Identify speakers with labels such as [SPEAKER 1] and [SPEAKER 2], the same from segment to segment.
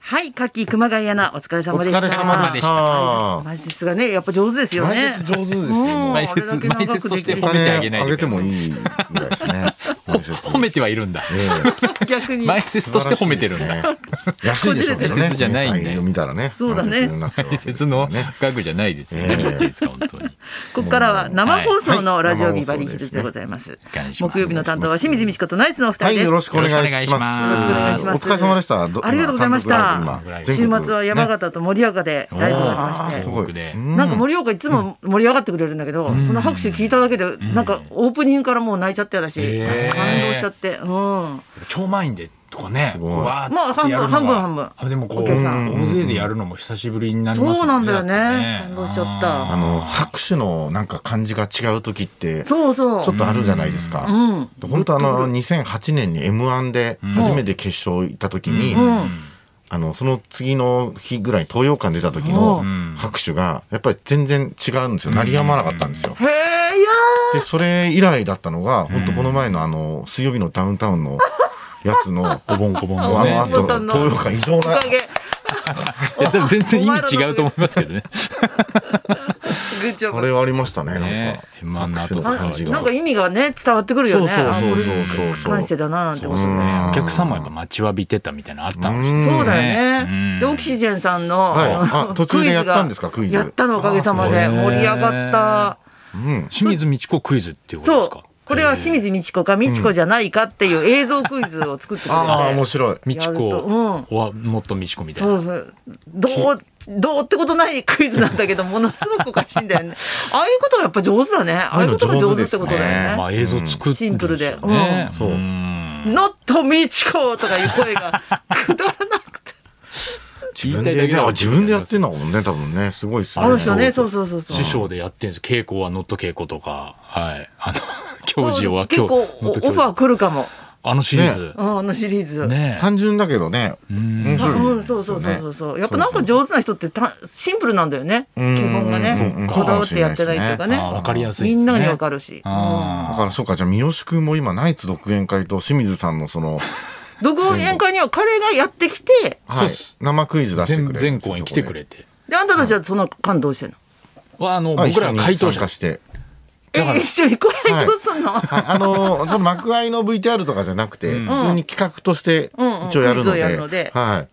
[SPEAKER 1] はい、カッキー熊谷アナ、お疲れ様でした。
[SPEAKER 2] お疲れ様でした
[SPEAKER 1] はい前説がね、やっぱ上手ですよね。
[SPEAKER 2] 前説上手ですよ
[SPEAKER 1] うん
[SPEAKER 2] もう
[SPEAKER 1] あれだけ長く
[SPEAKER 3] 前説前説として
[SPEAKER 1] で
[SPEAKER 2] お
[SPEAKER 1] きる
[SPEAKER 3] 褒めてあげない
[SPEAKER 2] 金
[SPEAKER 3] と
[SPEAKER 2] あげてもいいぐらいですね。
[SPEAKER 3] 褒
[SPEAKER 2] 褒
[SPEAKER 3] めてはいるんだ。
[SPEAKER 1] 逆 に。
[SPEAKER 3] 前説として褒めてるんだ。
[SPEAKER 2] 安いでしょうけどね。
[SPEAKER 3] こじらせてる説じゃないんだよ
[SPEAKER 2] 明細を見たらね。
[SPEAKER 1] そうだね
[SPEAKER 2] 前説になっちゃうわけ
[SPEAKER 3] 前
[SPEAKER 2] です
[SPEAKER 3] 説
[SPEAKER 2] から
[SPEAKER 3] の
[SPEAKER 2] ね
[SPEAKER 3] 額じゃないですよね。
[SPEAKER 2] ええ
[SPEAKER 3] 持っていいですか、本当
[SPEAKER 1] こ
[SPEAKER 3] に。
[SPEAKER 1] こからは生放送の
[SPEAKER 2] はい
[SPEAKER 1] ラジオビバリーヒルズでございます
[SPEAKER 3] お願い。します
[SPEAKER 1] 木曜日の担当は清水美智子とナイスのお二
[SPEAKER 2] はい、
[SPEAKER 1] 人です
[SPEAKER 2] よろ。しくお願いします。
[SPEAKER 3] よろしくお願い
[SPEAKER 1] します
[SPEAKER 2] お疲れ様でした。ど
[SPEAKER 1] ありがとうございました
[SPEAKER 2] 今今
[SPEAKER 1] 週
[SPEAKER 2] 全
[SPEAKER 1] 末
[SPEAKER 2] 国
[SPEAKER 1] は山
[SPEAKER 2] ね
[SPEAKER 1] 形と盛岡でライブがありまし
[SPEAKER 2] す
[SPEAKER 1] て。
[SPEAKER 2] ごい
[SPEAKER 3] 僕で
[SPEAKER 2] うん
[SPEAKER 1] なんか盛岡いつも盛り上がってくれるんだけど、その拍手聞いただけで、なんかオープニングからもう泣いちゃって私、
[SPEAKER 3] へー
[SPEAKER 1] 感動しちゃって、うん。
[SPEAKER 3] 超満員でとかね。
[SPEAKER 2] すごい
[SPEAKER 3] こうわーってやるの
[SPEAKER 1] まあ半分
[SPEAKER 3] は
[SPEAKER 1] 半分半分
[SPEAKER 3] あでもこ
[SPEAKER 1] お
[SPEAKER 3] う
[SPEAKER 1] 客さん
[SPEAKER 3] 大勢でやるのも久しぶりになります
[SPEAKER 1] そうなんだよね。
[SPEAKER 3] って
[SPEAKER 1] 感動しちゃった。
[SPEAKER 2] あの拍手のなんか感じが違う時ってちょ
[SPEAKER 1] そうそう。
[SPEAKER 2] っとあるじゃないですか。
[SPEAKER 1] うん。
[SPEAKER 2] 本当あの2008年に M1 で初めて決勝行った時に、
[SPEAKER 1] うん。
[SPEAKER 2] あのその次の日ぐらいに東洋館出た時
[SPEAKER 1] う
[SPEAKER 2] の
[SPEAKER 3] ん
[SPEAKER 2] 拍手がやっぱり全然違うんですよ鳴りやまなかったんですよ。
[SPEAKER 1] へえ、いや
[SPEAKER 2] でそれ以来だったのが本当この前のあの水曜日のダウンタウンのやつの
[SPEAKER 3] ボンコボン
[SPEAKER 2] あ
[SPEAKER 3] ね
[SPEAKER 2] の後の東洋館異常
[SPEAKER 1] ー。お
[SPEAKER 2] な
[SPEAKER 1] かげ。
[SPEAKER 3] いやでも全然意味違うと思いますけどね。
[SPEAKER 1] グッジョ
[SPEAKER 2] あ
[SPEAKER 1] ブ
[SPEAKER 2] れはありましたね
[SPEAKER 3] ね
[SPEAKER 2] な
[SPEAKER 3] M1
[SPEAKER 2] ん
[SPEAKER 3] の
[SPEAKER 2] か
[SPEAKER 3] 後
[SPEAKER 2] 拍手
[SPEAKER 3] と
[SPEAKER 2] の
[SPEAKER 3] か
[SPEAKER 2] 感
[SPEAKER 1] あ
[SPEAKER 2] じ
[SPEAKER 1] なん
[SPEAKER 2] が
[SPEAKER 1] か。意味がね伝わってくるよね。
[SPEAKER 2] そうそうそうそう
[SPEAKER 1] あこれに関してだななんて思っ
[SPEAKER 3] そ
[SPEAKER 1] て
[SPEAKER 3] う
[SPEAKER 2] う
[SPEAKER 3] ね
[SPEAKER 2] ん
[SPEAKER 3] お客様もやっぱ待ちわびてたみたいなのあったんです
[SPEAKER 2] う
[SPEAKER 3] ね。
[SPEAKER 2] ん
[SPEAKER 1] そうだよね。で
[SPEAKER 3] うん
[SPEAKER 1] オキシジェンさんの、
[SPEAKER 2] はいあ
[SPEAKER 1] の
[SPEAKER 2] 途中でやったんですか
[SPEAKER 1] クイ
[SPEAKER 2] クイズ
[SPEAKER 1] やったのおかげさまで
[SPEAKER 3] あそう
[SPEAKER 1] 盛り上がった。
[SPEAKER 2] うん
[SPEAKER 3] 清水美智子クイズっていうことで
[SPEAKER 1] そ
[SPEAKER 3] す
[SPEAKER 1] う
[SPEAKER 3] か。。
[SPEAKER 1] これは清水美智子か美智子じゃないかっていう映像クイズを作ってくれて。
[SPEAKER 2] ああ面白い。
[SPEAKER 3] 美智子
[SPEAKER 1] やると
[SPEAKER 3] はもっと美智子みたい
[SPEAKER 1] そ
[SPEAKER 3] な。
[SPEAKER 1] うそうどうどうってことないクイズなんだけどものすごくおかしいんだよねああいうことがやっぱ上手だねああいうことが上手ってことだよね
[SPEAKER 3] まあ映像作ってるんす
[SPEAKER 1] シ
[SPEAKER 3] よ
[SPEAKER 1] ンプルで
[SPEAKER 3] ね。
[SPEAKER 1] うん
[SPEAKER 2] そうん
[SPEAKER 1] 「ノットミチコ」とかいう声がくだらなくて
[SPEAKER 2] 自分で、ね、あ自分でやってんだもんね多分ねすごいっす
[SPEAKER 1] あ
[SPEAKER 2] よ
[SPEAKER 1] の
[SPEAKER 2] ね。
[SPEAKER 1] 人ねそうそうそうそう
[SPEAKER 3] 師匠でやってるんです。稽古はノット稽古とか、はい。あの、教授は
[SPEAKER 1] 結
[SPEAKER 3] 今日
[SPEAKER 1] 構おオファー来るかも、
[SPEAKER 3] あのシリーズ
[SPEAKER 1] う。ん、あのシリーズ、
[SPEAKER 3] ね
[SPEAKER 2] 単純だけどね面
[SPEAKER 1] あ
[SPEAKER 2] 白いですよ
[SPEAKER 1] う
[SPEAKER 2] ね、
[SPEAKER 1] ん、そうそうそうそうそうやっぱなんか上手な人ってたシンプルなんだよね基
[SPEAKER 2] ん
[SPEAKER 1] 本がね
[SPEAKER 2] そう
[SPEAKER 3] か
[SPEAKER 1] こだわってやってないっていうか
[SPEAKER 3] え。
[SPEAKER 1] ね
[SPEAKER 3] あわかりやすい
[SPEAKER 1] み
[SPEAKER 3] ですね。
[SPEAKER 1] んなにわかるし、うん、
[SPEAKER 2] だ
[SPEAKER 3] あ
[SPEAKER 2] からそうかじゃあ三好君も今ナイツ独演会と清水さんのその、
[SPEAKER 1] 独演会には彼がやってきて
[SPEAKER 2] は
[SPEAKER 3] そうっ
[SPEAKER 2] い
[SPEAKER 3] す、
[SPEAKER 2] 生クイズ出
[SPEAKER 3] ー。
[SPEAKER 2] してくれる
[SPEAKER 3] 全全公演来てくれて。
[SPEAKER 1] であんたたちはその間どうしてんの
[SPEAKER 3] は、あの、
[SPEAKER 2] あ
[SPEAKER 3] 僕らは回
[SPEAKER 2] 一緒
[SPEAKER 3] 答
[SPEAKER 2] に参
[SPEAKER 3] 者
[SPEAKER 2] 加。して
[SPEAKER 1] え
[SPEAKER 2] だから
[SPEAKER 1] 一緒に公演どうすんの、
[SPEAKER 2] はいあ のーその幕間の VTR とかじゃなくて、普通に企画として
[SPEAKER 1] うんうん
[SPEAKER 2] 一応やるので,、
[SPEAKER 1] クイズをやるので
[SPEAKER 2] は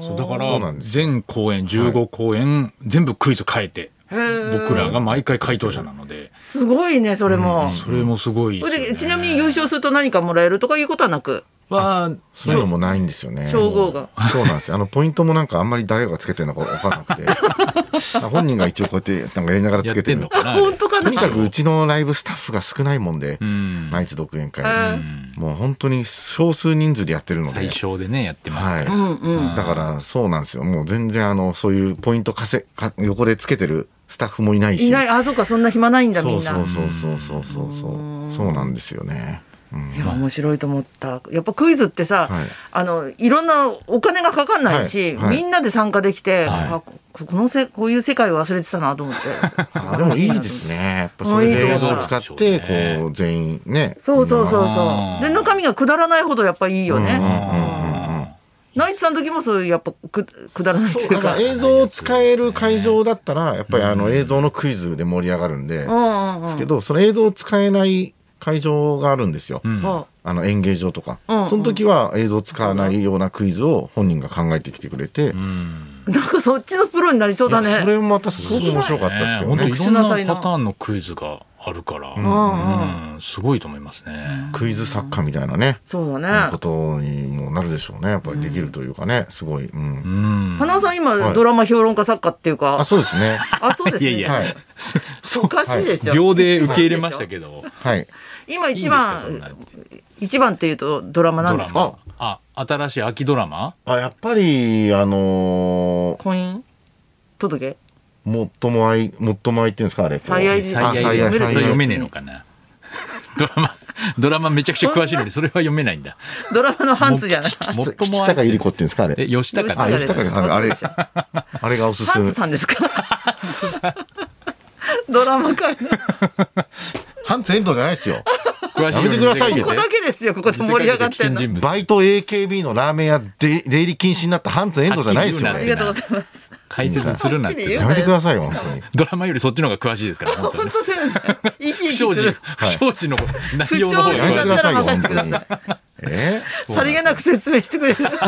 [SPEAKER 2] い
[SPEAKER 3] そうだか
[SPEAKER 2] そうな
[SPEAKER 3] ら
[SPEAKER 2] んです
[SPEAKER 3] 全公演15公演全部クイズ変えて
[SPEAKER 1] へー
[SPEAKER 3] 僕らが毎回回答者なのです
[SPEAKER 1] ごいねそれも、
[SPEAKER 3] それもすごい
[SPEAKER 1] それで
[SPEAKER 3] です
[SPEAKER 1] ち
[SPEAKER 3] よ
[SPEAKER 1] な
[SPEAKER 3] ね
[SPEAKER 1] みに優勝すると何かもらえるとかいうことはなく
[SPEAKER 3] は
[SPEAKER 2] そういうのもないんですよね
[SPEAKER 1] 称号が
[SPEAKER 2] そうなんですよあのポイントもなんかあんまり誰がつけてるのか分からなくて 本人が一応こうやってなんかやりながら
[SPEAKER 3] や
[SPEAKER 2] つ
[SPEAKER 3] っ
[SPEAKER 2] けて
[SPEAKER 3] て
[SPEAKER 2] る
[SPEAKER 3] んのかな
[SPEAKER 1] 本当か
[SPEAKER 2] と
[SPEAKER 1] な
[SPEAKER 2] にかくうちのライブスタッフが少ないもんで、
[SPEAKER 3] うん
[SPEAKER 2] ナイツ独演会、
[SPEAKER 1] う
[SPEAKER 2] もう本当に少数人数でやってるので
[SPEAKER 3] 最小でねやってますから、
[SPEAKER 2] は
[SPEAKER 1] うんうん
[SPEAKER 2] だからそうなんですよもう全然あのそういうポイントかせか横でつけてるスタッフもいないし
[SPEAKER 1] いないあそっかそんな暇ないんだみ
[SPEAKER 2] そうん
[SPEAKER 1] な
[SPEAKER 2] そうそうそうそうそうそうそうなんですよね、うん
[SPEAKER 1] いや面白いと思ったやっぱクイズってさ、
[SPEAKER 2] はい
[SPEAKER 1] あのいろんなお金がかかんないし、
[SPEAKER 2] はいはい
[SPEAKER 1] みんなで参加できて、
[SPEAKER 3] はい
[SPEAKER 1] あここのせこういう世界を忘れてたなと思って
[SPEAKER 2] あでもいいですねやっぱそれ
[SPEAKER 1] うんいい
[SPEAKER 2] で
[SPEAKER 1] と思
[SPEAKER 2] 映
[SPEAKER 1] う
[SPEAKER 2] 像を使ってこう全員ね
[SPEAKER 1] そうそうそう
[SPEAKER 3] あ
[SPEAKER 1] そ
[SPEAKER 3] ー
[SPEAKER 1] うで中身がくだらないほどやっぱいいよね、
[SPEAKER 2] うんうん
[SPEAKER 1] ナイツさんの時もそういうやっぱくくだらないってい
[SPEAKER 2] そうう
[SPEAKER 1] か
[SPEAKER 2] だから映像を使える会場だったらやっぱりあの映像のクイズで盛り上がるんで、
[SPEAKER 1] う
[SPEAKER 2] で
[SPEAKER 1] んうんうん
[SPEAKER 2] すけどその映像を使えない会場があるんですよ、
[SPEAKER 3] うん
[SPEAKER 1] あ
[SPEAKER 2] あの演芸場とか、
[SPEAKER 1] うんうん
[SPEAKER 2] その時は映像を使わないようなクイズを本人が考えてきてくれて、
[SPEAKER 1] なんかそっちのプロになりそうだ
[SPEAKER 2] いやそ
[SPEAKER 1] ね
[SPEAKER 2] れもまたすごい面白かったですけど
[SPEAKER 3] 本当
[SPEAKER 2] ね
[SPEAKER 3] いろんなパターンのクイズがあるから、うん
[SPEAKER 1] ん
[SPEAKER 3] すごいと思いますね、
[SPEAKER 2] クイズ作家みたいなね
[SPEAKER 1] そうだ
[SPEAKER 2] こ
[SPEAKER 1] ね
[SPEAKER 2] とにもなるでしょうねやっぱりできるというかねすごい、うん、
[SPEAKER 3] うん
[SPEAKER 1] 花尾さん
[SPEAKER 2] は
[SPEAKER 1] 今
[SPEAKER 2] い
[SPEAKER 1] ドラマ評論家作家っていうか
[SPEAKER 2] あそうですね
[SPEAKER 1] あそうです
[SPEAKER 3] いやい
[SPEAKER 1] ね
[SPEAKER 3] や
[SPEAKER 2] はい
[SPEAKER 3] そ
[SPEAKER 1] おかしいでしょ
[SPEAKER 3] 秒で受け入れましたけど
[SPEAKER 2] はい
[SPEAKER 1] 今
[SPEAKER 3] いい
[SPEAKER 1] 一
[SPEAKER 3] ですかそんな
[SPEAKER 1] 番
[SPEAKER 3] の
[SPEAKER 1] 一番っていうとドラマなん
[SPEAKER 3] ド
[SPEAKER 1] で
[SPEAKER 3] ラ
[SPEAKER 1] すか
[SPEAKER 3] マあ新しい秋ドラマ
[SPEAKER 2] あやっぱりあのー
[SPEAKER 1] 婚姻届け
[SPEAKER 2] 最も愛最も愛っていうんですかあれ
[SPEAKER 1] 最愛
[SPEAKER 3] 最
[SPEAKER 2] あ
[SPEAKER 3] 愛
[SPEAKER 2] 最愛
[SPEAKER 3] それ
[SPEAKER 2] 最
[SPEAKER 3] 読
[SPEAKER 2] 愛
[SPEAKER 3] めねえのかなドラマドラマめちゃくちゃ詳しいのにそれは読めないんだ
[SPEAKER 1] ドラマのハンツじゃない
[SPEAKER 3] もっと
[SPEAKER 2] 吉
[SPEAKER 3] も
[SPEAKER 2] 高由里子っていうんですかあれ
[SPEAKER 3] え吉高
[SPEAKER 2] あ
[SPEAKER 3] ね
[SPEAKER 2] 吉高さんあれあれがおすす
[SPEAKER 1] ハン
[SPEAKER 2] め
[SPEAKER 1] ツさんですかドラマ界の
[SPEAKER 2] ハンツ遠藤じゃないですよ
[SPEAKER 3] こ詳しい
[SPEAKER 2] やめてくださいよ
[SPEAKER 1] ここだけですよここで盛り上がってんの
[SPEAKER 3] 人物
[SPEAKER 2] バイト AKB のラーメン屋で出入り禁止になったハンズ遠藤じゃないですよ
[SPEAKER 1] あ
[SPEAKER 3] は
[SPEAKER 1] り
[SPEAKER 2] ね
[SPEAKER 1] がとうございます
[SPEAKER 3] 解説するな
[SPEAKER 1] は
[SPEAKER 3] っ
[SPEAKER 1] っきり
[SPEAKER 3] て
[SPEAKER 1] 言う
[SPEAKER 2] やめてくださいよ本当に
[SPEAKER 3] ドラマよりそっちの方が詳しいですから本当
[SPEAKER 1] 本
[SPEAKER 3] に
[SPEAKER 1] 当だよね生き生
[SPEAKER 3] 不
[SPEAKER 1] き
[SPEAKER 3] 祥
[SPEAKER 1] す
[SPEAKER 3] 事
[SPEAKER 1] る
[SPEAKER 3] 不祥事の内容の方が
[SPEAKER 2] やめてく
[SPEAKER 3] 詳
[SPEAKER 2] だ
[SPEAKER 3] し
[SPEAKER 2] さいよ
[SPEAKER 1] 不祥
[SPEAKER 2] 本
[SPEAKER 1] 事
[SPEAKER 2] 当にえ
[SPEAKER 1] さりげなく説明してくれる
[SPEAKER 3] い結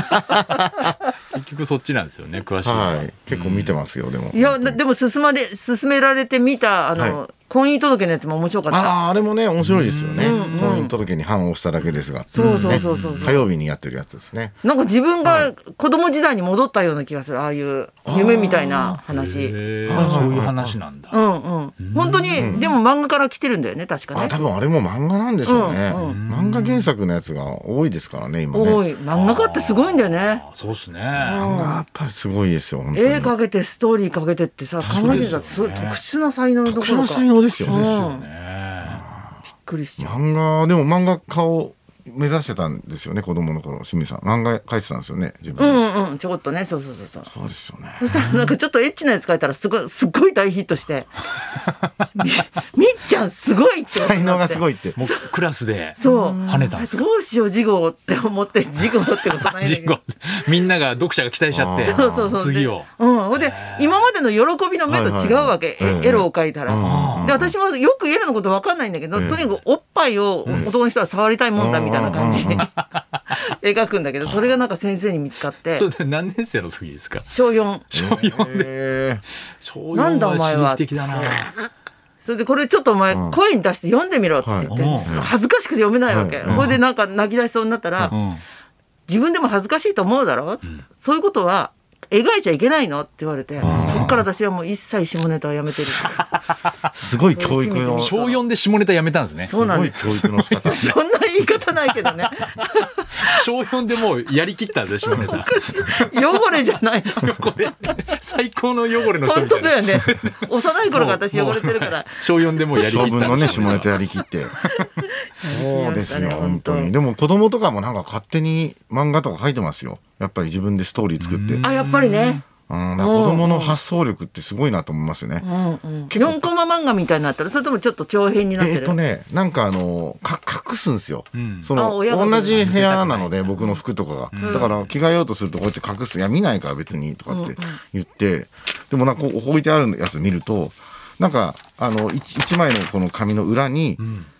[SPEAKER 3] 局そっちなんですよね詳しいのは
[SPEAKER 2] はい結構見てますよでも
[SPEAKER 1] いやなでも進まれ進められてみたあの、
[SPEAKER 2] は
[SPEAKER 1] 婚姻届のやつも面白かった
[SPEAKER 2] あああれもね面白いですよね
[SPEAKER 1] うんうん
[SPEAKER 2] 婚姻届に判を押しただけですが
[SPEAKER 1] そうそうそうそうそう
[SPEAKER 2] ね火曜日にやってるやつですね
[SPEAKER 1] なんか自分が子供時代に戻ったような気がするああいう夢みたいな話うん
[SPEAKER 3] へーそういう話なんだ
[SPEAKER 1] うん本当に、でも漫画から来てるんだよね確か
[SPEAKER 2] あ
[SPEAKER 1] ね
[SPEAKER 2] 多分あれも漫画なんでしょうね
[SPEAKER 1] うんうん
[SPEAKER 2] 漫画原作のやつが多いですからね今ね
[SPEAKER 1] おい漫画家ってすごいんだよね
[SPEAKER 3] あそうっすね
[SPEAKER 2] 漫画やっぱりすごいですよ本当に
[SPEAKER 1] 絵かけてストーリーかけてってさ考えてたらすごい特殊な才能どころ
[SPEAKER 2] 特
[SPEAKER 1] か
[SPEAKER 2] 殊な才能ですよ
[SPEAKER 1] う
[SPEAKER 2] ね
[SPEAKER 1] んびっ
[SPEAKER 3] ね
[SPEAKER 1] くりしちゃう
[SPEAKER 2] 漫画でも漫画家を目指してたんですよね子供の頃清水さん漫画描いてたんですよね自
[SPEAKER 1] う
[SPEAKER 2] 分で
[SPEAKER 1] んうんちょこっとねそうそうそうそう
[SPEAKER 2] そうですよね
[SPEAKER 1] そしたらなんかちょっとエッチなやつ書いたらすごいすっごい大ヒットして みみっちゃんすごいってことになって
[SPEAKER 2] 才能がすごいって
[SPEAKER 3] もうクラスで
[SPEAKER 1] そう
[SPEAKER 3] 跳ねたんです
[SPEAKER 1] どうしよう事後って思って事後ってことないんだけ
[SPEAKER 3] 人
[SPEAKER 1] ど
[SPEAKER 3] 口 みんなが読者が期待しちゃって
[SPEAKER 2] あー
[SPEAKER 1] そうそうそう
[SPEAKER 3] 次を
[SPEAKER 1] でうんほんで今までの喜びの目と違うわけ、
[SPEAKER 2] はいはいはい
[SPEAKER 1] えエロを書いたら、
[SPEAKER 2] うんうん
[SPEAKER 1] で私もよくエロのこと分かんないんだけど、
[SPEAKER 2] ええ
[SPEAKER 1] とにかくおっぱいを男の人は触りたいもんだみたいな感じ
[SPEAKER 2] うん
[SPEAKER 1] で 描くんだけどそれがなんか先生に見つかって
[SPEAKER 3] それで何年生の次ですか
[SPEAKER 1] 小4
[SPEAKER 3] 小4で
[SPEAKER 2] え
[SPEAKER 3] 小4
[SPEAKER 1] なんだお
[SPEAKER 3] は
[SPEAKER 1] 前
[SPEAKER 3] 刺
[SPEAKER 1] は
[SPEAKER 3] 激的だな
[SPEAKER 1] それでこれちょっとお前
[SPEAKER 2] うん
[SPEAKER 1] 声に出して読んでみろって言って、
[SPEAKER 3] はい
[SPEAKER 1] 恥ずかしくて読めないわけ、
[SPEAKER 2] はい
[SPEAKER 1] これでなんか泣き出しそうになったら、
[SPEAKER 3] うん
[SPEAKER 1] 自分でも恥ずかしいと思うだろ、そういうことは描いちゃいけないのって言われてそっから私はもう一切下ネタはやめてる
[SPEAKER 2] ーすごい教育のす
[SPEAKER 3] 小4で下ネタやめたんですね
[SPEAKER 1] そうなん
[SPEAKER 2] ご
[SPEAKER 1] で
[SPEAKER 2] い
[SPEAKER 1] す
[SPEAKER 2] 教育の仕方
[SPEAKER 1] そんな言い方ないけど ね
[SPEAKER 3] 小4でもうやりきったんですよ下ネタ
[SPEAKER 1] 汚れじゃないの
[SPEAKER 3] これ最高の汚れの人
[SPEAKER 1] 本
[SPEAKER 3] みた
[SPEAKER 1] 当
[SPEAKER 3] いな
[SPEAKER 1] だよ ね幼い頃が私汚れてるから
[SPEAKER 3] 小4でもうやりきった
[SPEAKER 2] 処
[SPEAKER 3] ん
[SPEAKER 2] 分
[SPEAKER 3] ですよ
[SPEAKER 2] のね下ネタやりきってそうですよ本当にでも子供とかもなんか勝手に漫画とか書いてますよやっぱり自分でストーリー作ってうんだ
[SPEAKER 1] あ
[SPEAKER 2] か
[SPEAKER 1] やっぱりね
[SPEAKER 2] ら子供の発想力ってすごいなと思いますよね
[SPEAKER 1] うんうん4コマ漫画みたいになったらそれともちょっと長編になってる、
[SPEAKER 2] えっとねなんかあのか隠すんですよ、
[SPEAKER 3] ん
[SPEAKER 2] そ
[SPEAKER 1] あ
[SPEAKER 2] の
[SPEAKER 1] 親が
[SPEAKER 2] 同じ部屋なので僕の服とかが、
[SPEAKER 1] ん
[SPEAKER 2] だから着替えようとするとこうやって隠す「いや見ないから別に」とかって言って、でもなんかこう置いてあるやつ見るとなんかあの 1, 枚のこの紙の裏に、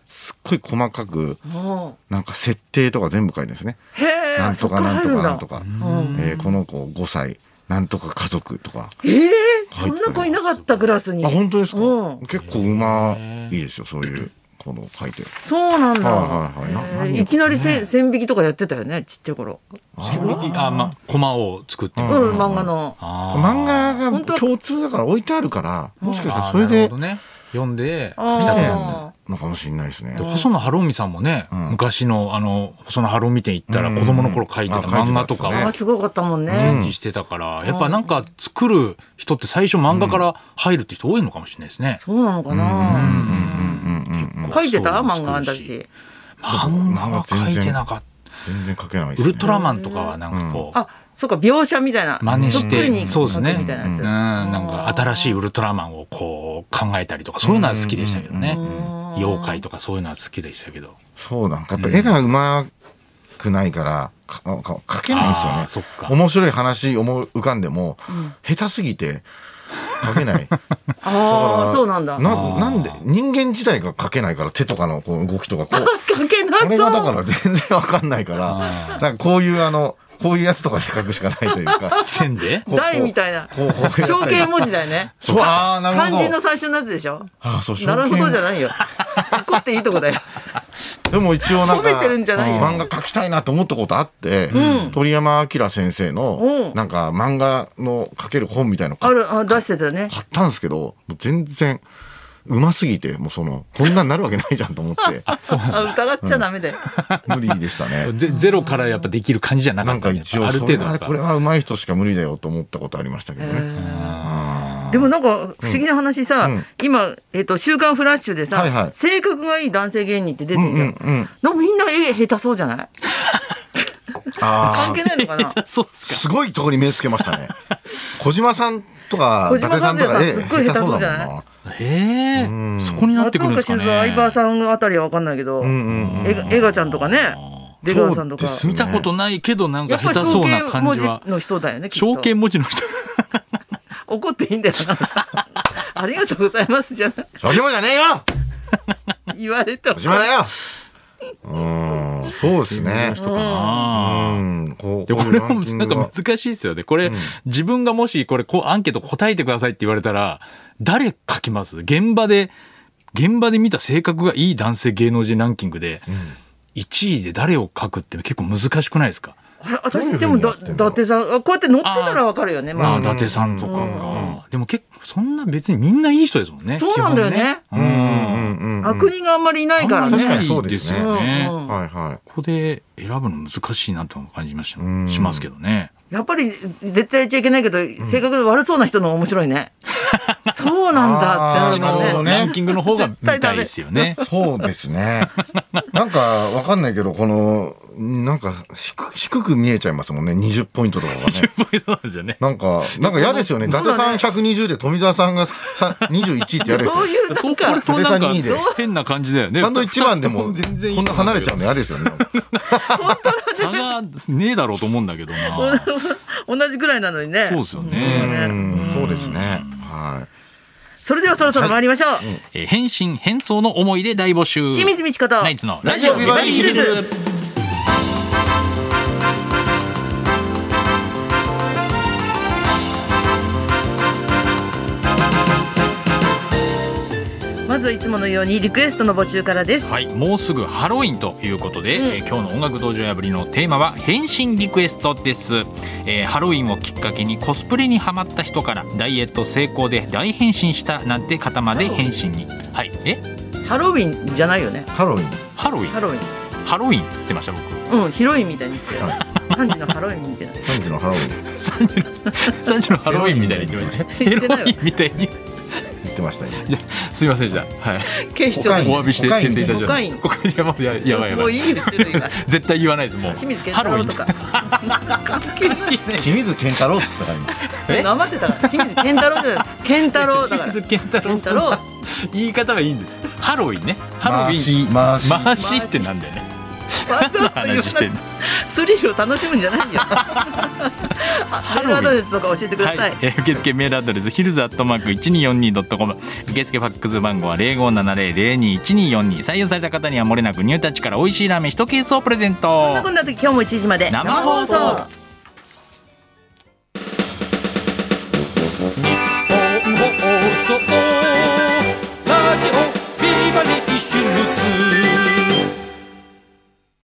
[SPEAKER 2] すっごい細かく
[SPEAKER 1] も
[SPEAKER 2] なんか設定とか全部書いてるんですね。
[SPEAKER 1] うへえ
[SPEAKER 2] なんとかなんとかなんとか、
[SPEAKER 1] ん
[SPEAKER 2] えーこの子5歳なんとか家族とか。
[SPEAKER 1] ええー、
[SPEAKER 2] 入
[SPEAKER 1] そ
[SPEAKER 2] ってる
[SPEAKER 1] んな子いなかったクラスに
[SPEAKER 2] あ本当ですか、
[SPEAKER 1] うん
[SPEAKER 2] 結構うまいですよそういうこの書いて。
[SPEAKER 1] そうなんだ、
[SPEAKER 2] はいはいはいな
[SPEAKER 1] へえ
[SPEAKER 2] 何
[SPEAKER 1] いきなりせん線引きとかやってたよねちっちゃい頃
[SPEAKER 3] 下引きあまあコマを作って
[SPEAKER 1] うん、漫画の。
[SPEAKER 3] あー
[SPEAKER 2] 漫画
[SPEAKER 1] 本当
[SPEAKER 2] が
[SPEAKER 1] は
[SPEAKER 2] 共通だから置いてあるからもしかしたら
[SPEAKER 3] あー
[SPEAKER 2] それ
[SPEAKER 3] な
[SPEAKER 2] で
[SPEAKER 3] るほどね読んで
[SPEAKER 1] あ
[SPEAKER 2] 来た
[SPEAKER 1] ー
[SPEAKER 2] のかもしれないですね
[SPEAKER 3] で。細野晴臣さんもね、
[SPEAKER 2] ん
[SPEAKER 3] 昔のあの細野晴臣店行ったら
[SPEAKER 2] うん
[SPEAKER 3] 子供の頃書いてた
[SPEAKER 2] あ書いてたやつ
[SPEAKER 3] 漫画とかを
[SPEAKER 2] ね
[SPEAKER 1] あーすごかったもん
[SPEAKER 3] 展
[SPEAKER 1] ね。
[SPEAKER 3] 示してたから、やっぱなんか作る人って最初漫画から入るって人多いのかもしれないですね。
[SPEAKER 1] そうなのかな。
[SPEAKER 2] うんうんうん
[SPEAKER 1] 書いてた
[SPEAKER 3] そう
[SPEAKER 1] 漫画あんた
[SPEAKER 3] 作るし
[SPEAKER 1] ち。
[SPEAKER 3] 漫画は書いてなかった。
[SPEAKER 2] 全然書けないです
[SPEAKER 3] ウ
[SPEAKER 2] ね。
[SPEAKER 3] ルトラマンとかはなんかこう、
[SPEAKER 1] あ、そうか描写みたいな。
[SPEAKER 3] 真似
[SPEAKER 1] そ
[SPEAKER 3] し
[SPEAKER 1] っくり
[SPEAKER 3] て、
[SPEAKER 1] に
[SPEAKER 3] そ
[SPEAKER 1] 書
[SPEAKER 3] うです
[SPEAKER 1] く
[SPEAKER 3] ね。
[SPEAKER 1] みたいな
[SPEAKER 3] うん、
[SPEAKER 1] や
[SPEAKER 3] なんか新しいウルトラマンをこう考えたりとか、そういうのは好きでしたけどね。妖怪とかそういうのは好きでした けど。
[SPEAKER 2] そうなんかやっぱ絵がうまくないからかか書けないんですよ
[SPEAKER 3] あ
[SPEAKER 2] ね
[SPEAKER 3] ーそっか。
[SPEAKER 2] 面白い話思い浮かんでも下手すぎて書けない。
[SPEAKER 1] つ。ああー、そうなんだ。
[SPEAKER 2] ななんで人間自体が書けないから手とかのこう動きとかこう。
[SPEAKER 1] 書けな
[SPEAKER 2] これがだか
[SPEAKER 1] そう。
[SPEAKER 2] ら全然わかんないから、なんかこういうあの、こういうやつとかで書くしかないというか。
[SPEAKER 3] 線で
[SPEAKER 2] こう
[SPEAKER 1] 台みたいな
[SPEAKER 2] こう、こうやったり
[SPEAKER 1] 象形文字だよね。
[SPEAKER 2] そう、ああ、なるほど。
[SPEAKER 1] 漢字の最初のやつでしょ。
[SPEAKER 2] あーそう
[SPEAKER 1] なるほどじゃ
[SPEAKER 2] い
[SPEAKER 1] ないよ。怒っていいとこだよ。
[SPEAKER 2] でも一応なんか
[SPEAKER 1] 褒めてるんじゃないよ
[SPEAKER 2] 漫画書きたいなと思ったことあって、鳥山明先生
[SPEAKER 1] う
[SPEAKER 2] の
[SPEAKER 1] ん
[SPEAKER 2] なんか漫画の書ける本みたいの
[SPEAKER 1] あ
[SPEAKER 2] 買っ
[SPEAKER 1] る、あ出してたね。
[SPEAKER 2] 買ったんですけどもう全然うますぎてもうそのこんなになるわけないじゃんと思っ て
[SPEAKER 1] あ、疑っちゃダメだよ。
[SPEAKER 2] 無理でしたね。
[SPEAKER 3] ゼゼロからやっぱできる感じじゃな
[SPEAKER 2] な
[SPEAKER 3] か
[SPEAKER 2] ん
[SPEAKER 3] った
[SPEAKER 2] か
[SPEAKER 3] ね、
[SPEAKER 2] 一応
[SPEAKER 3] ある
[SPEAKER 2] そ
[SPEAKER 3] 程
[SPEAKER 2] れ
[SPEAKER 3] 度や
[SPEAKER 2] は
[SPEAKER 3] っぱ
[SPEAKER 2] これは上手い人しか無理だよと思ったことありましたけどね。
[SPEAKER 1] でもなんか不思議な話さ、
[SPEAKER 2] うん
[SPEAKER 1] 今、えっと「週刊フラッシュ」でさ、
[SPEAKER 2] はいはい
[SPEAKER 1] 性格がいい男性芸人って出てるじゃん,、
[SPEAKER 2] うんうんうん
[SPEAKER 1] なんかみんな絵下手そうじゃない
[SPEAKER 2] あー
[SPEAKER 1] 関係ないのかな。
[SPEAKER 3] そうっすか。
[SPEAKER 2] すごいとこに目つけ ましたね。小島さんとか、
[SPEAKER 1] 小
[SPEAKER 2] 伊
[SPEAKER 1] 島
[SPEAKER 2] 達さんとか、
[SPEAKER 1] 和也さんすっごい下手そうじゃない
[SPEAKER 2] 下手
[SPEAKER 3] へえ
[SPEAKER 2] ん
[SPEAKER 3] そこになっ
[SPEAKER 1] 松
[SPEAKER 3] てくるん
[SPEAKER 1] 岡
[SPEAKER 3] です
[SPEAKER 1] 修
[SPEAKER 3] かね。
[SPEAKER 1] 造、相葉さんあたりは分かんないけど、
[SPEAKER 2] そうだもんな。うんうんうん。
[SPEAKER 1] えが、エガちゃんとかね、出川さんとか。
[SPEAKER 2] そうです
[SPEAKER 3] 見たことないけどなん
[SPEAKER 1] や
[SPEAKER 3] か
[SPEAKER 1] っぱ
[SPEAKER 3] 下
[SPEAKER 1] り
[SPEAKER 3] 手そ
[SPEAKER 1] 象
[SPEAKER 3] うな
[SPEAKER 1] 形
[SPEAKER 3] 感
[SPEAKER 1] 文
[SPEAKER 3] じ
[SPEAKER 1] 字
[SPEAKER 3] は。
[SPEAKER 1] の人だよね。きっと
[SPEAKER 3] 証券文字の人。
[SPEAKER 1] 怒っていいんだよな。 ありがとうございますじゃない
[SPEAKER 2] そげもじゃねえよ
[SPEAKER 1] 言われても
[SPEAKER 2] 小。島だようん、そうですね。
[SPEAKER 3] かな。
[SPEAKER 2] うん、こう、
[SPEAKER 3] で
[SPEAKER 2] こ
[SPEAKER 3] こ
[SPEAKER 2] ういう
[SPEAKER 3] れ
[SPEAKER 2] ラ
[SPEAKER 3] も
[SPEAKER 2] ンキン
[SPEAKER 3] なん
[SPEAKER 2] グ
[SPEAKER 3] か
[SPEAKER 2] は。
[SPEAKER 3] 難しいですよね。これ、自分がもしこれこうアンケート答えてくださいって言われたら誰書きます現場で現場で見た性格がいい男性芸能人ランキングで、1位で誰を書くって結構難しくないですか、
[SPEAKER 1] あれ
[SPEAKER 2] どういう
[SPEAKER 1] 私
[SPEAKER 2] ふ
[SPEAKER 1] で
[SPEAKER 2] う
[SPEAKER 1] も
[SPEAKER 2] にや
[SPEAKER 1] だ
[SPEAKER 2] って
[SPEAKER 1] 伊達
[SPEAKER 2] んの
[SPEAKER 1] さんあこうやって乗ってたら分かるよね。
[SPEAKER 3] あ
[SPEAKER 1] ま
[SPEAKER 3] あ
[SPEAKER 1] あ
[SPEAKER 3] 伊達さんとかが、でも結構そんな別にみんないい人ですもんね
[SPEAKER 1] そうなんだよね
[SPEAKER 3] 基本ね
[SPEAKER 2] うん
[SPEAKER 3] うん
[SPEAKER 2] うんうん。
[SPEAKER 1] 悪人があんまりいないから
[SPEAKER 2] あんま
[SPEAKER 1] ね
[SPEAKER 2] り。確かにそうですね
[SPEAKER 3] ね
[SPEAKER 1] うんうん
[SPEAKER 2] はいは
[SPEAKER 3] ここで選ぶの難しいなと感じました
[SPEAKER 2] うん
[SPEAKER 3] しますけどね。
[SPEAKER 1] やっぱり絶対言っちゃいけないけど、性格の悪そうな人の方が面白いね。そうなんだ
[SPEAKER 2] あー
[SPEAKER 1] ってなる
[SPEAKER 2] な
[SPEAKER 1] も
[SPEAKER 2] るほど
[SPEAKER 1] ん
[SPEAKER 2] ね
[SPEAKER 1] ね。
[SPEAKER 3] ランキングの方が見たいですよね。
[SPEAKER 2] い。そうですね。なんか、わかんないけど、この、なんか、低低く見えちゃいますもんね。20ポイントとかが ね。
[SPEAKER 3] そうですよね。
[SPEAKER 2] なんか、なんか嫌ですよね。伊達さん120で富澤さんがさ21って嫌です
[SPEAKER 1] そ
[SPEAKER 2] よ
[SPEAKER 1] う。いうな
[SPEAKER 3] そ
[SPEAKER 1] ん
[SPEAKER 3] これ
[SPEAKER 1] か。
[SPEAKER 3] もなんか
[SPEAKER 2] 二位で
[SPEAKER 3] 変な感じだよね。
[SPEAKER 2] サンドイッチマンでも、こ
[SPEAKER 3] 二人とも全然いい
[SPEAKER 2] んな離れちゃう
[SPEAKER 3] う。
[SPEAKER 2] の嫌ですよね。
[SPEAKER 3] 差がねえだろうと思うんだけどな。
[SPEAKER 1] 同じぐらいなのにね。
[SPEAKER 3] そうですよ
[SPEAKER 2] う
[SPEAKER 3] ね。
[SPEAKER 2] ん、そうですね。はい。
[SPEAKER 1] それではそろそろ参りましょう。
[SPEAKER 3] えー変身変装の思い出大募集。
[SPEAKER 1] 清水美智子と。
[SPEAKER 3] ナイツの
[SPEAKER 2] ラジオビバリーヒルズ。
[SPEAKER 1] まずはいつものようにリクエストの募集からです。
[SPEAKER 3] はい、もうすぐハロウィンということで、えー今日の音楽道場破りのテーマは変身リクエストです、えーハロウィンをきっかけにコスプレにハマった人からダイエット成功で大変身したなんて方まで変身にはいえ
[SPEAKER 1] ハロウィンじゃないよね。
[SPEAKER 2] ハロウィン。
[SPEAKER 3] ハロウィ
[SPEAKER 1] ハ
[SPEAKER 3] ン
[SPEAKER 1] ロウィ
[SPEAKER 3] ハロウィンっつってました僕
[SPEAKER 1] ン。うん、ヒロインみたいにしてよ。三時のハロウィンみたいな。
[SPEAKER 2] 3時のハロウィン。
[SPEAKER 3] 三時のハロウィンみたいに言ってました
[SPEAKER 1] 言
[SPEAKER 3] ヘ
[SPEAKER 1] ってないわ
[SPEAKER 3] ロウィンみたいに
[SPEAKER 2] 言ってましたね。
[SPEAKER 3] すいませんでしたはい
[SPEAKER 1] 警視庁です。
[SPEAKER 2] コ
[SPEAKER 3] お詫びして
[SPEAKER 2] コカイ
[SPEAKER 3] 訂
[SPEAKER 2] ン
[SPEAKER 3] 正いたします
[SPEAKER 1] コカイン
[SPEAKER 3] コカインやばいやばいやばいや
[SPEAKER 1] も
[SPEAKER 3] ば
[SPEAKER 1] う
[SPEAKER 3] い
[SPEAKER 1] いいです種類が。
[SPEAKER 3] 絶対言わないですもう
[SPEAKER 1] 清水健
[SPEAKER 3] ハ
[SPEAKER 1] 太
[SPEAKER 3] ロ
[SPEAKER 1] 郎
[SPEAKER 3] ウィン
[SPEAKER 1] とか。
[SPEAKER 2] 清水健太郎っつったから今。
[SPEAKER 3] え
[SPEAKER 1] なまってたから。清水健太郎じゃない。健太郎 だから。
[SPEAKER 3] 清水健太郎
[SPEAKER 1] 健太郎。
[SPEAKER 3] 言い方はいいんですハロウィンねハロウ
[SPEAKER 2] 回
[SPEAKER 3] ィン
[SPEAKER 2] し、回し。
[SPEAKER 3] 回しってなんだよね
[SPEAKER 1] わざわざ言
[SPEAKER 3] 話してん
[SPEAKER 1] わ
[SPEAKER 3] の
[SPEAKER 1] なくスリルを楽しむんじゃない よ。ハロウィンアドレスとか教えてください。
[SPEAKER 3] えー受付メールアドレスヒルズアットマーク 1242.com 受付ファックス番号は0570021242採用された方にはもれなくニュータッチから美味しいラーメン1ケースをプレゼン
[SPEAKER 1] そん
[SPEAKER 3] ト
[SPEAKER 1] なこんなで今日も1時まで
[SPEAKER 3] 生放
[SPEAKER 4] 放
[SPEAKER 3] 送
[SPEAKER 4] 送ラジオビバリーヒルズ」